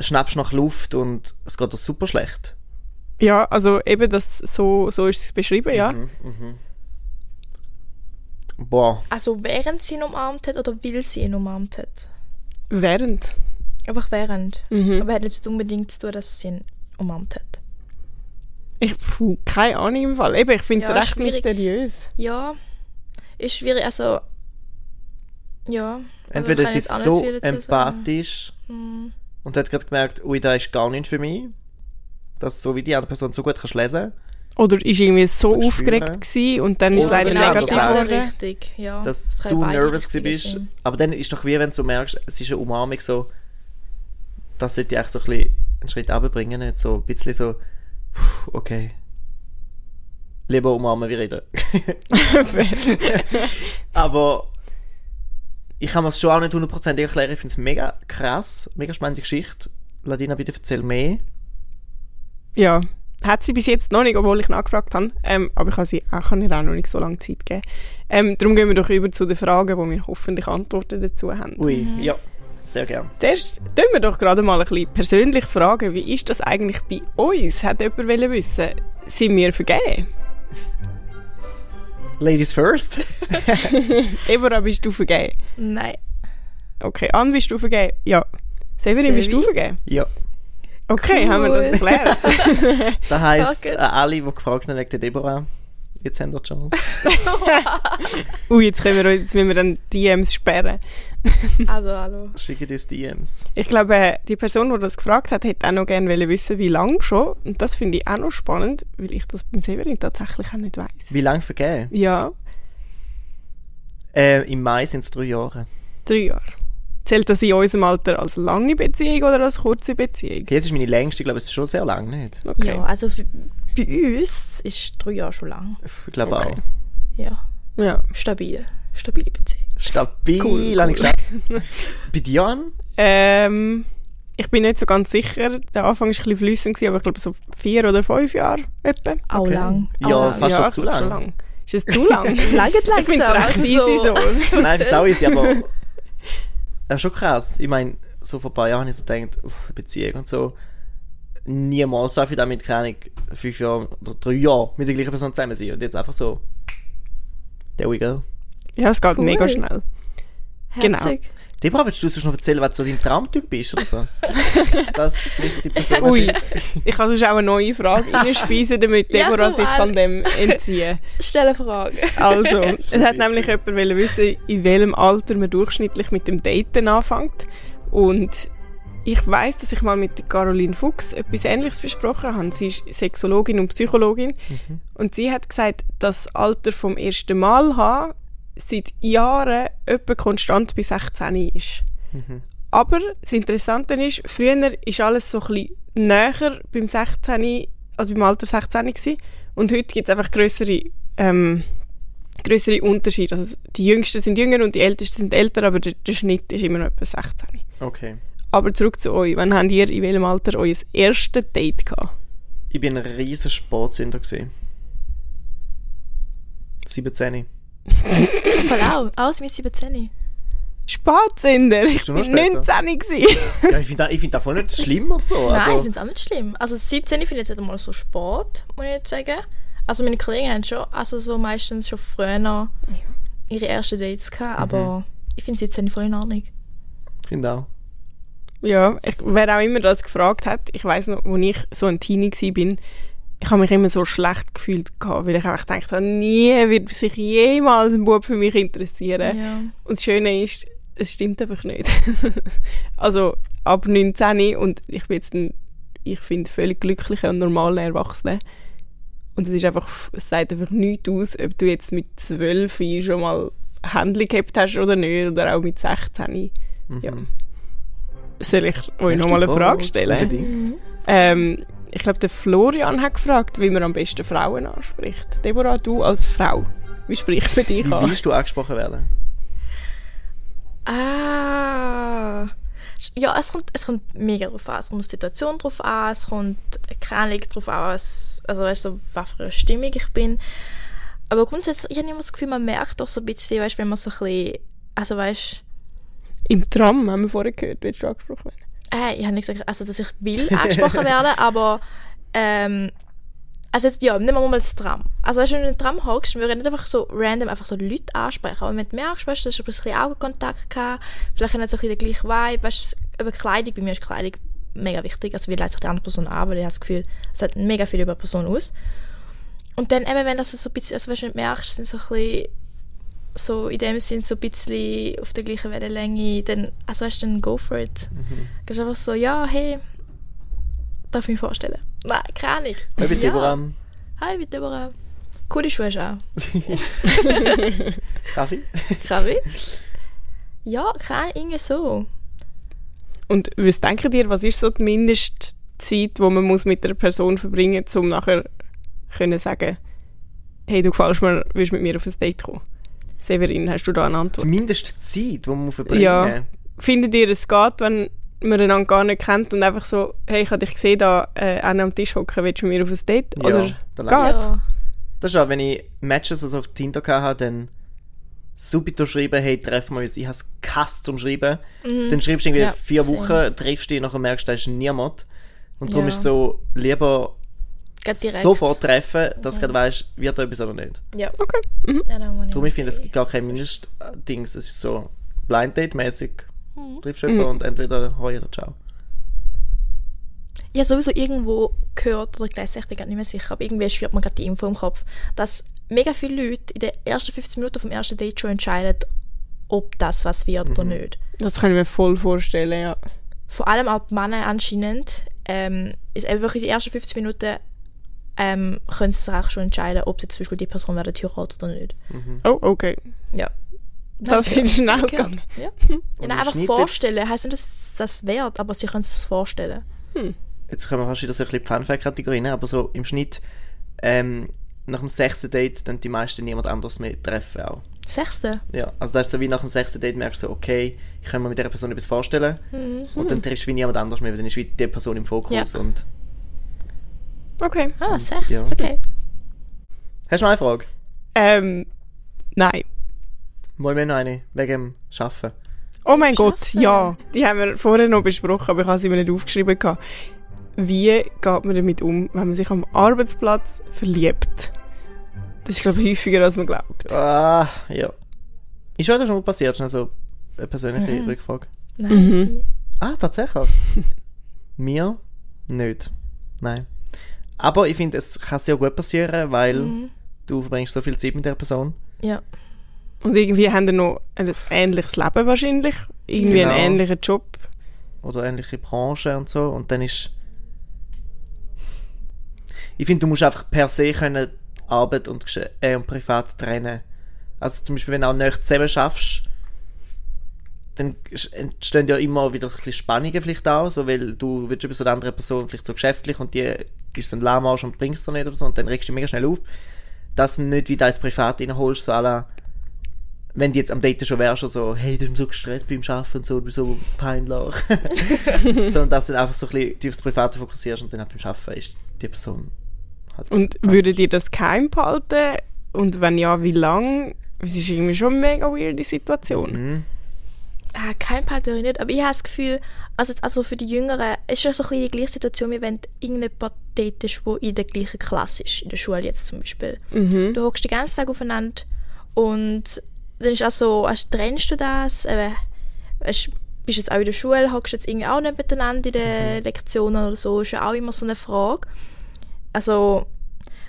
Speaker 1: schnappst nach Luft und es geht doch super schlecht.
Speaker 2: Ja, also eben das so, so ist es beschrieben, ja.
Speaker 1: Mhm. Boah.
Speaker 3: Also während sie ihn umarmt hat oder weil sie ihn umarmt hat?
Speaker 2: Während.
Speaker 3: Einfach während.
Speaker 2: Mhm.
Speaker 3: Aber hat jetzt nicht unbedingt zu tun, dass sie ihn umarmt hat.
Speaker 2: Ich puh, keine Ahnung im Fall. Eben, ich finde es
Speaker 3: Ja,
Speaker 2: recht
Speaker 3: schwierig.
Speaker 2: mysteriös.
Speaker 3: Ja, ist schwierig, also... Ja.
Speaker 1: Entweder
Speaker 3: also
Speaker 1: sie
Speaker 3: ich
Speaker 1: ist
Speaker 3: kann jetzt auch nicht
Speaker 1: so
Speaker 3: viel dazu sagen. Hm.
Speaker 1: empathisch und hat gerade gemerkt, ui, da ist gar nicht für mich. Dass so wie die andere Person so gut kannst lesen
Speaker 2: Oder ist irgendwie so
Speaker 1: Oder
Speaker 2: aufgeregt
Speaker 1: Schwüre.
Speaker 2: gewesen und dann ist es
Speaker 1: Oder
Speaker 2: leider
Speaker 1: genau
Speaker 2: negativ
Speaker 1: das auch.
Speaker 2: geworden.
Speaker 3: Richtig, ja.
Speaker 1: dass
Speaker 3: Oh,
Speaker 1: du
Speaker 3: Das kann
Speaker 1: zu
Speaker 3: ja beide
Speaker 1: nervös
Speaker 3: Richtungen
Speaker 1: bist.
Speaker 3: sein.
Speaker 1: Aber dann ist doch wie, wenn du merkst, es ist eine Umarmung so, das sollte ich eigentlich so ein bisschen einen Schritt runterbringen, nicht so ein bisschen so, puh, okay. Lieber umarmen wie reden. (laughs)
Speaker 2: (laughs)
Speaker 1: Aber ich kann mir es schon auch nicht hundertprozentig erklären. Ich finde es mega krass, mega spannende Geschichte. Ladina, bitte erzähl mehr.
Speaker 2: ja. Hat sie bis jetzt noch nicht, obwohl ich nachgefragt habe. Ähm, aber ich kann, sie auch, kann ihr auch noch nicht so lange Zeit geben. Ähm, darum gehen wir doch über zu den Fragen, wo wir hoffentlich Antworten dazu haben.
Speaker 1: Ui, ja, sehr gern.
Speaker 2: Zuerst tun wir doch gerade mal ein bisschen persönlich fragen, wie ist das eigentlich bei uns? Hat jemand wollen wissen, sind wir vergeben?
Speaker 1: Ladies first.
Speaker 2: Ebora, bist du vergeben?
Speaker 3: Nein.
Speaker 2: Okay, Ann, bist du vergeben? Ja. Severin, bist du
Speaker 3: Sevi?
Speaker 2: vergeben?
Speaker 1: Ja.
Speaker 2: Okay, haben wir das
Speaker 3: Cool.
Speaker 2: erklärt.
Speaker 1: Das heisst,
Speaker 3: Danke.
Speaker 1: an alle, die gefragt haben wegen der Deborah, jetzt haben wir die
Speaker 2: (laughs)
Speaker 1: Chance.
Speaker 2: Ui, jetzt, können wir, jetzt müssen wir dann DMs sperren.
Speaker 3: Also, hallo.
Speaker 1: Schickt uns DMs.
Speaker 2: Ich glaube, äh, die Person, die das gefragt hat, hätte auch noch gerne wollen wissen wie lange schon. Und das finde ich auch noch spannend, weil ich das beim Severin tatsächlich auch nicht weiß.
Speaker 1: Wie lange vergeben?
Speaker 2: Ja,
Speaker 1: Äh, Im Mai sind es drei Jahre.
Speaker 2: drei Jahre. Zählt das in unserem Alter als lange Beziehung oder als kurze Beziehung?
Speaker 1: Okay, jetzt ist meine längste, ich glaube, es ist schon sehr lang, nicht?
Speaker 2: Okay.
Speaker 3: Ja, also für, bei uns ist drei Jahre schon lang.
Speaker 1: Ich glaube
Speaker 2: Okay.
Speaker 1: auch.
Speaker 3: Ja,
Speaker 2: Ja.
Speaker 3: stabil. Stabile Beziehung.
Speaker 1: Stabil,
Speaker 2: Cool,
Speaker 1: habe
Speaker 2: cool.
Speaker 1: ich geschafft. Bei dir, Ann?
Speaker 2: Ähm, ich bin nicht so ganz sicher. Der Anfang war ein bisschen flüssig, gewesen, aber ich glaube so vier oder fünf Jahre etwa.
Speaker 3: Auch
Speaker 1: Okay.
Speaker 3: lang.
Speaker 1: Ja,
Speaker 3: Also,
Speaker 1: fast schon
Speaker 2: ja,
Speaker 1: zu
Speaker 2: ich glaub,
Speaker 1: lang.
Speaker 2: Ist es zu (laughs) lang?
Speaker 3: (laughs) Lange langsam.
Speaker 2: ich finde es recht
Speaker 3: also
Speaker 2: easy so.
Speaker 1: Nein, das auch ist aber. Das ist schon krass. Ich meine, so vor ein paar Jahren habe ich so gedacht, uff, Beziehung und so. Niemals darf ich damit keine Ahnung, fünf Jahre oder drei Jahre mit der gleichen Person zusammen sein. Und jetzt einfach so. There we go.
Speaker 2: Ja, es geht
Speaker 3: Cool.
Speaker 2: mega schnell. Genau.
Speaker 3: Herzig.
Speaker 1: Debra, willst du sonst noch erzählen, was du dein Traumtyp bist oder so? das ist vielleicht die Person. was
Speaker 2: Ui,
Speaker 1: ich-
Speaker 2: ich kann sonst auch eine neue (laughs) Frage einspeisen, damit
Speaker 3: Ja,
Speaker 2: Deborah
Speaker 3: komm,
Speaker 2: sich
Speaker 3: Al.
Speaker 2: von dem entziehen
Speaker 3: Stell eine Frage.
Speaker 2: Also, es hat
Speaker 1: Scheiße.
Speaker 2: nämlich jemand wollen wissen, in welchem Alter man durchschnittlich mit dem Daten anfängt. Und ich weiß, dass ich mal mit der Caroline Fuchs etwas Ähnliches besprochen habe. Sie ist Sexologin und Psychologin. Und sie hat gesagt, dass das Alter vom ersten Mal haben seit Jahren etwa konstant bei 16 ist. Aber das Interessante ist, früher ist alles so ein bisschen näher beim 16, also beim Alter 16 gewesen. Und heute gibt es einfach größere ähm, größere Unterschiede. Also die Jüngsten sind jünger und die Ältesten sind älter, aber der, der Schnitt ist immer noch etwa 16.
Speaker 1: Okay.
Speaker 2: Aber zurück zu euch. Wann habt ihr in welchem Alter euer erstes Date gehabt?
Speaker 1: Ich bin ein riesen Sportsünder gewesen. 17.
Speaker 3: (laughs) Voll auch. Aus mit 17.
Speaker 2: Spatzender. Ich
Speaker 1: du
Speaker 2: bin
Speaker 1: noch
Speaker 2: 19 gewesen. (laughs)
Speaker 1: Ja, ich finde das, ich find das voll nicht schlimm oder so.
Speaker 3: Nein, ich
Speaker 1: Also,
Speaker 3: finde es auch nicht schlimm. Also 17 finde ich jetzt mal so Sport, muss ich jetzt sagen. Also meine Kollegen haben schon, also so meistens schon früher noch ihre ersten Dates gehabt,
Speaker 1: Mhm.
Speaker 3: aber ich finde 17 voll in Ordnung.
Speaker 1: ich finde auch.
Speaker 2: Ja, ich, wer auch immer das gefragt hat, ich weiß noch, als ich so ein Teenie war, bin, ich habe mich immer so schlecht gefühlt, gehabt, weil ich einfach gedacht habe, nie wird sich jemals ein Bub für mich interessieren.
Speaker 3: Ja.
Speaker 2: Und das Schöne ist, es stimmt einfach nicht. (laughs) also ab 19 und ich bin jetzt ein, ich finde, völlig glücklicher und normaler Erwachsener. Und es ist einfach, es sagt einfach nichts aus, ob du jetzt mit 12 schon mal Handy gehabt hast oder nicht, oder auch mit 16. Ja.
Speaker 1: Mhm.
Speaker 2: Soll ich euch
Speaker 1: Nächste
Speaker 2: nochmal eine
Speaker 1: Frage.
Speaker 2: Frage stellen?
Speaker 1: Unbedingt.
Speaker 2: Ähm, ich glaube, der Florian hat gefragt, wie man am besten Frauen anspricht. Deborah, du als Frau, wie spricht man dich
Speaker 1: Wie
Speaker 2: an?
Speaker 1: willst du angesprochen werden?
Speaker 3: Ah. Ja, es kommt, es kommt mega drauf an. Es kommt auf die Situation drauf an, es kommt keine Ahnung drauf an, was, also weißt du, was für eine Stimmung ich bin. Aber grundsätzlich, ich habe immer das Gefühl, man merkt doch so ein bisschen, weißt, du, wenn man so ein bisschen, also weißt du,
Speaker 2: Im Tram haben wir vorher gehört, wird schon angesprochen. werden.
Speaker 3: Äh, ich habe nicht gesagt, also, dass ich will angesprochen werden, aber ähm, also jetzt, ja, nehmen wir mal das Tram. Also weißt du, wenn du im Tram hockst, wir reden nicht einfach so random einfach so Leute ansprechen, aber wenn du merkst, weißt du, du hast ein bisschen Augenkontakt gehabt, vielleicht haben sie ein bisschen den gleichen Vibe, weißt du, über Kleidung, bei mir ist Kleidung mega wichtig, also wie leitet sich die andere Person an, weil ich habe das Gefühl, es sagt mega viel über die Person aus. Und dann eben, wenn das so ein bisschen, also weißt du, wenn du merkst, sind so ein bisschen so in dem Sinn so ein bisschen auf der gleichen Wellenlänge, dann, also weißt du, dann go for it. Du bist einfach so, ja, hey, darf ich mich vorstellen? Nein, kann ich.
Speaker 1: Hey, bitte,
Speaker 3: ja. (laughs)
Speaker 1: Deborah.
Speaker 3: Hi, mit Deborah. Coole Schuhe hast du auch.
Speaker 1: Kaffee?
Speaker 3: Kann ich? Ja, kann ich, irgendwie so.
Speaker 2: Und was denkt ihr, was ist so die Mindestzeit, die man muss mit einer Person verbringen muss, um nachher können sagen, hey, du gefällst mir, willst mit mir auf ein Date kommen? Severin, hast du da eine Antwort?
Speaker 1: Zumindest die Zeit, die man verbringen
Speaker 2: Ja. Findet ihr, es geht, wenn man einander gar nicht kennt und einfach so, hey, ich habe dich gesehen, da äh, einer am Tisch hocken, willst du mit mir auf ein Date?
Speaker 1: Ja,
Speaker 2: Oder
Speaker 1: da
Speaker 2: geht?
Speaker 1: lang-
Speaker 3: Ja.
Speaker 1: Das ist auch, wenn ich Matches also auf Tinder hatte, dann subito schreiben, hey, treffen wir uns. Ich hasse Kass zum Schreiben. Dann schreibst du irgendwie
Speaker 3: Mhm. Ja,
Speaker 1: vier
Speaker 3: same.
Speaker 1: Wochen, triffst dich, nachher merkst du, da ist niemand. Und darum
Speaker 3: Ja.
Speaker 1: ist so, lieber
Speaker 3: Geht direkt.
Speaker 1: sofort treffen, dass du gerade weißt, wird da etwas oder nicht.
Speaker 3: Ja.
Speaker 2: Okay. Mhm.
Speaker 3: ja dann muss
Speaker 1: Darum, ich finde, es
Speaker 3: nicht.
Speaker 1: gibt gar kein Mindestdings. Es ist so Blind Date-mäßig.
Speaker 3: Mhm.
Speaker 1: Triffst jemanden und entweder hoi oder ciao.
Speaker 3: Ich habe sowieso irgendwo gehört oder gelesen, ich bin gerade nicht mehr sicher, aber irgendwie schwirrt mir gerade die Info im Kopf, dass mega viele Leute in den ersten 15 Minuten vom ersten Date schon entscheiden, ob das was wird oder
Speaker 1: Mhm.
Speaker 3: nicht.
Speaker 2: Das kann ich mir voll vorstellen, ja.
Speaker 3: vor allem auch die Männer anscheinend, ähm, ist einfach in den ersten 15 Minuten ähm, können sie sich auch schon entscheiden, ob sie zum Beispiel die Person werden heiraten oder nicht.
Speaker 2: Oh, okay.
Speaker 1: Mhm.
Speaker 3: Ja.
Speaker 2: Das ist schnell gegangen.
Speaker 1: (laughs)
Speaker 3: Ja. ja
Speaker 1: im
Speaker 3: nein, Genau, einfach
Speaker 1: Schnitt
Speaker 3: vorstellen. Heißt nicht, dass das wert, aber sie können es sich vorstellen.
Speaker 1: jetzt kommen wir fast wieder so ein bisschen die Funfact-Kategorien, aber so im Schnitt ähm, nach dem sechsten Date dann die meisten niemand anderes mehr treffen auch.
Speaker 3: Sechste.
Speaker 1: Ja, also das ist so wie nach dem sechsten Date merkst du so, okay, ich kann mir mit dieser Person etwas vorstellen und dann triffst du wie niemand anderes mehr, weil dann ist wie die Person im Fokus
Speaker 3: Mhm. Ja.
Speaker 1: und...
Speaker 2: Okay.
Speaker 3: Ah, sechs.
Speaker 1: ja.
Speaker 3: Okay.
Speaker 1: Hast du noch eine Frage?
Speaker 2: Ähm, nein.
Speaker 1: Mal mehr noch eine, wegen dem Arbeiten.
Speaker 2: Oh mein
Speaker 3: Schaffen.
Speaker 2: Gott, ja. Die haben wir vorher noch besprochen, aber ich habe sie mir nicht aufgeschrieben. gehabt. Wie geht man damit um, wenn man sich am Arbeitsplatz verliebt? Das ist, glaube ich, häufiger, als man glaubt.
Speaker 1: Ah, ja. Ist euch das schon mal passiert, schnell so eine persönliche
Speaker 3: Mhm.
Speaker 1: Rückfrage?
Speaker 2: Mhm.
Speaker 3: Nein.
Speaker 1: Ah, tatsächlich? Mir nicht. Nein. Aber ich finde, es kann sehr gut passieren, weil du verbringst so viel Zeit mit der Person.
Speaker 3: Ja.
Speaker 2: Und irgendwie haben die noch ein ähnliches Leben wahrscheinlich. Irgendwie
Speaker 1: Genau.
Speaker 2: einen ähnlichen Job.
Speaker 1: oder ähnliche Branchen und so und dann ist ich finde du musst einfach per se können Arbeit und, Gesche- äh, und Privat trennen also zum Beispiel wenn du auch nicht zusammen schaffst dann sch- entstehen ja immer wieder ein bisschen Spannungen vielleicht auch so weil du willst etwas von der anderen Person vielleicht so geschäftlich und die ist so ein Lahmarsch und bringst du nicht oder so und dann regst du dich mega schnell auf dass du nicht wieder ins Privat reinholst so à la, wenn du jetzt am Date schon wärst, so, hey, du bist so gestresst beim Arbeiten und so, du bist so peinlich. (laughs) Sondern dass du dann einfach so ein bisschen tiefs Private fokussierst und dann halt beim Arbeiten ist die Person halt.
Speaker 2: Und würdet ihr das geheim behalten? Und wenn ja, wie lange? Es ist irgendwie schon eine mega weirde Situation.
Speaker 1: Mhm.
Speaker 3: Ah, kein Part höre ich nicht, aber ich habe das Gefühl, also, jetzt- also für die Jüngeren, es ist ja so ein bisschen die gleiche Situation, wie wenn du irgendjemand dort ist, der in der gleichen Klasse ist, in der Schule jetzt zum Beispiel. Du hockst den ganzen Tag aufeinander und dann ist auch so, also trennst du das, eben, weisst, bist jetzt auch in der Schule, hockst jetzt irgendwie auch nicht miteinander in den Lektionen oder so, ist ja auch immer so eine Frage. Also,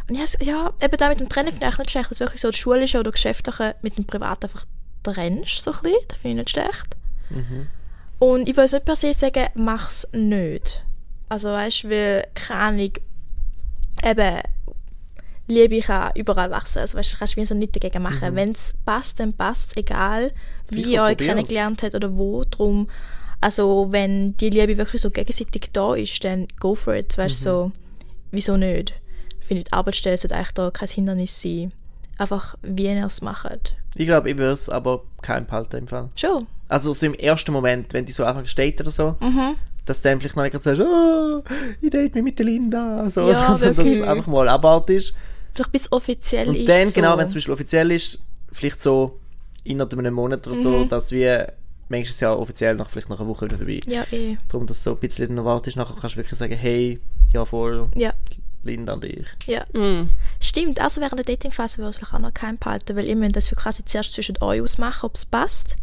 Speaker 3: und ich has- ja, eben da mit dem Trennen finde ich eigentlich nicht schlecht, dass du wirklich so das Schulische oder Geschäftliche mit dem Privaten einfach trennst, so ein bisschen, das finde ich nicht schlecht. Und ich will jetzt nicht per se sagen, mach's nicht. Also weißt du, weil, keine Ahnung, eben, Liebe kann überall wachsen. Also weißt du, kannst du wie so nichts dagegen machen. Wenn's passt, dann passt's, egal wie
Speaker 1: Mhm. Sicher,
Speaker 3: ihr euch
Speaker 1: probier's.
Speaker 3: kennengelernt habt oder wo. Drum, also wenn die Liebe wirklich so gegenseitig da ist, dann go for it.
Speaker 1: Mhm.
Speaker 3: Weißt du, so, wieso nicht? Ich finde, die Arbeitsstelle sollte eigentlich da kein Hindernis sein. Einfach, wie ihr es macht.
Speaker 1: Ich glaube, ich würde es aber kein behalten im Fall.
Speaker 3: Schon.
Speaker 1: Also so im ersten Moment, wenn die so einfach steht oder so,
Speaker 3: Mhm.
Speaker 1: dass du dann vielleicht noch nicht gerade sagst, oh, ich date mich mit der Linda, so,
Speaker 3: Ja,
Speaker 1: sondern dass es
Speaker 3: wirklich.
Speaker 1: einfach mal abartig ist.
Speaker 3: Vielleicht bis offiziell
Speaker 1: Und
Speaker 3: ist.
Speaker 1: dann,
Speaker 3: so.
Speaker 1: genau, wenn es zum Beispiel offiziell ist, vielleicht so innerhalb einem Monat oder so,
Speaker 3: Mhm.
Speaker 1: dass wir, manchmal ist es ja offiziell noch vielleicht nach einer Woche wieder vorbei.
Speaker 3: Ja, eh.
Speaker 1: Darum, dass du so ein bisschen dann noch wartest, nachher kannst du wirklich sagen, hey, ja voll,
Speaker 3: Ja,
Speaker 1: Linda und ich.
Speaker 3: ja.
Speaker 2: Mhm.
Speaker 3: Stimmt, also während der Datingphase würde ich vielleicht auch noch keinen behalten, weil ihr müsst das für quasi zuerst zwischen euch ausmachen, ob es passt.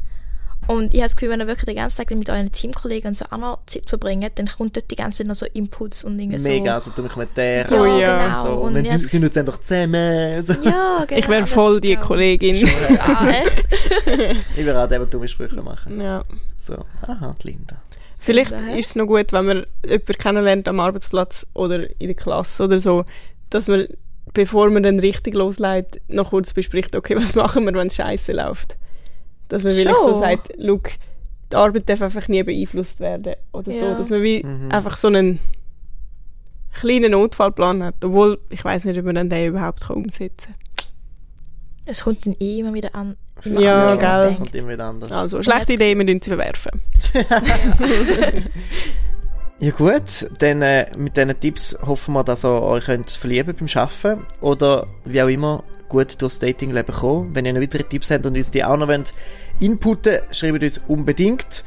Speaker 3: Und ich habe das Gefühl, wenn ihr wirklich den ganzen Tag mit euren Teamkollegen und so auch noch Zeit verbringt, dann kommt dort die ganze Zeit noch so Inputs und Dinge
Speaker 1: Mega, also
Speaker 3: so.
Speaker 1: du mich mit der
Speaker 3: Ja,
Speaker 2: Oh ja.
Speaker 3: genau.
Speaker 1: so.
Speaker 3: und
Speaker 1: wenn
Speaker 3: ich habe
Speaker 1: sie,
Speaker 3: das
Speaker 1: sie nutzen doch zusammen. So.
Speaker 3: Gefühl- ja, genau.
Speaker 2: Ich wäre
Speaker 3: das-
Speaker 2: voll die
Speaker 3: ja.
Speaker 2: Kollegin.
Speaker 3: Ah, echt?
Speaker 1: Ich werde auch der, der dumme Sprüche machen.
Speaker 2: (laughs) Ja.
Speaker 1: So, aha, die Linda.
Speaker 2: Vielleicht
Speaker 3: Von daher.
Speaker 2: ist es noch gut, wenn man jemanden kennenlernt am Arbeitsplatz oder in der Klasse oder so, dass man, bevor man dann richtig loslegt, noch kurz bespricht, okay, was (laughs) machen wir, wenn es scheiße läuft. Dass man vielleicht so
Speaker 3: Schon.
Speaker 2: sagt, look, die Arbeit darf einfach nie beeinflusst werden oder so.
Speaker 3: Ja.
Speaker 2: Dass man wie
Speaker 1: Mhm.
Speaker 2: einfach so einen kleinen Notfallplan hat. Obwohl, ich weiß nicht, ob man dann den überhaupt kann umsetzen
Speaker 3: Es kommt dann eh immer wieder an.
Speaker 2: kann. Ja,
Speaker 3: anders, man
Speaker 2: gell.
Speaker 1: Das kommt immer wieder anders.
Speaker 2: Also, schlechte Idee, wir dürfen sie verwerfen.
Speaker 1: Ja gut, dann äh, mit diesen Tipps hoffen wir, dass ihr euch könnt verlieben beim Arbeiten oder wie auch immer gut durchs Datingleben kommen. Wenn ihr noch weitere Tipps habt und uns die auch noch wollt, inputen schreibt uns unbedingt.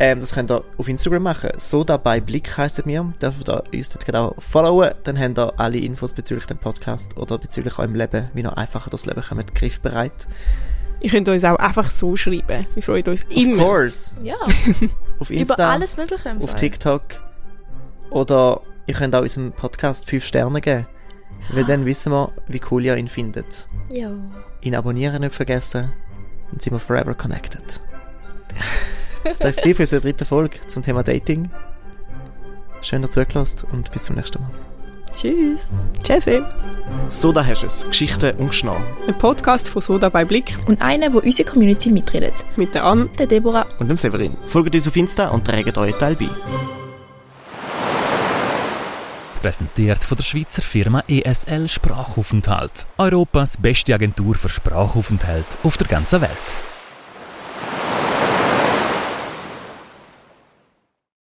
Speaker 1: Ähm, das könnt ihr auf Instagram machen. So dabei Blick heisst mir. Dürft ihr uns dort genau followen. Dann habt ihr alle Infos bezüglich dem Podcast oder bezüglich eurem Leben, wie ihr einfacher das Leben kommt, griffbereit.
Speaker 2: Ihr könnt uns auch einfach so schreiben. Wir freuen uns
Speaker 1: Of
Speaker 2: immer.
Speaker 1: course.
Speaker 3: Ja,
Speaker 1: Auf Insta.
Speaker 3: über alles Mögliche. im
Speaker 1: auf
Speaker 3: Fall.
Speaker 1: TikTok. Oder ihr könnt auch unserem Podcast 5 Sterne geben. Weil dann wissen wir, wie cool ihr ihn findet.
Speaker 3: Ja.
Speaker 1: Ihn abonnieren nicht vergessen. Dann sind wir forever connected. Das ist sie für unsere dritte Folge zum Thema Dating. Schön dazu zugelassen und bis zum nächsten Mal.
Speaker 2: Tschüss. Tschüss.
Speaker 1: So, da hast du es. Geschichten ungeschnau.
Speaker 2: Ein Podcast von Soda bei Blick
Speaker 3: Und einer, wo unsere Community mitredet.
Speaker 2: mit der Anne
Speaker 3: Der Deborah
Speaker 1: Und dem Severin. Folgt uns auf Insta und trägt euren Teil bei.
Speaker 4: Präsentiert von der Schweizer Firma E ESL Sprachaufenthalt. Europas beste Agentur für Sprachaufenthalt auf der ganzen Welt.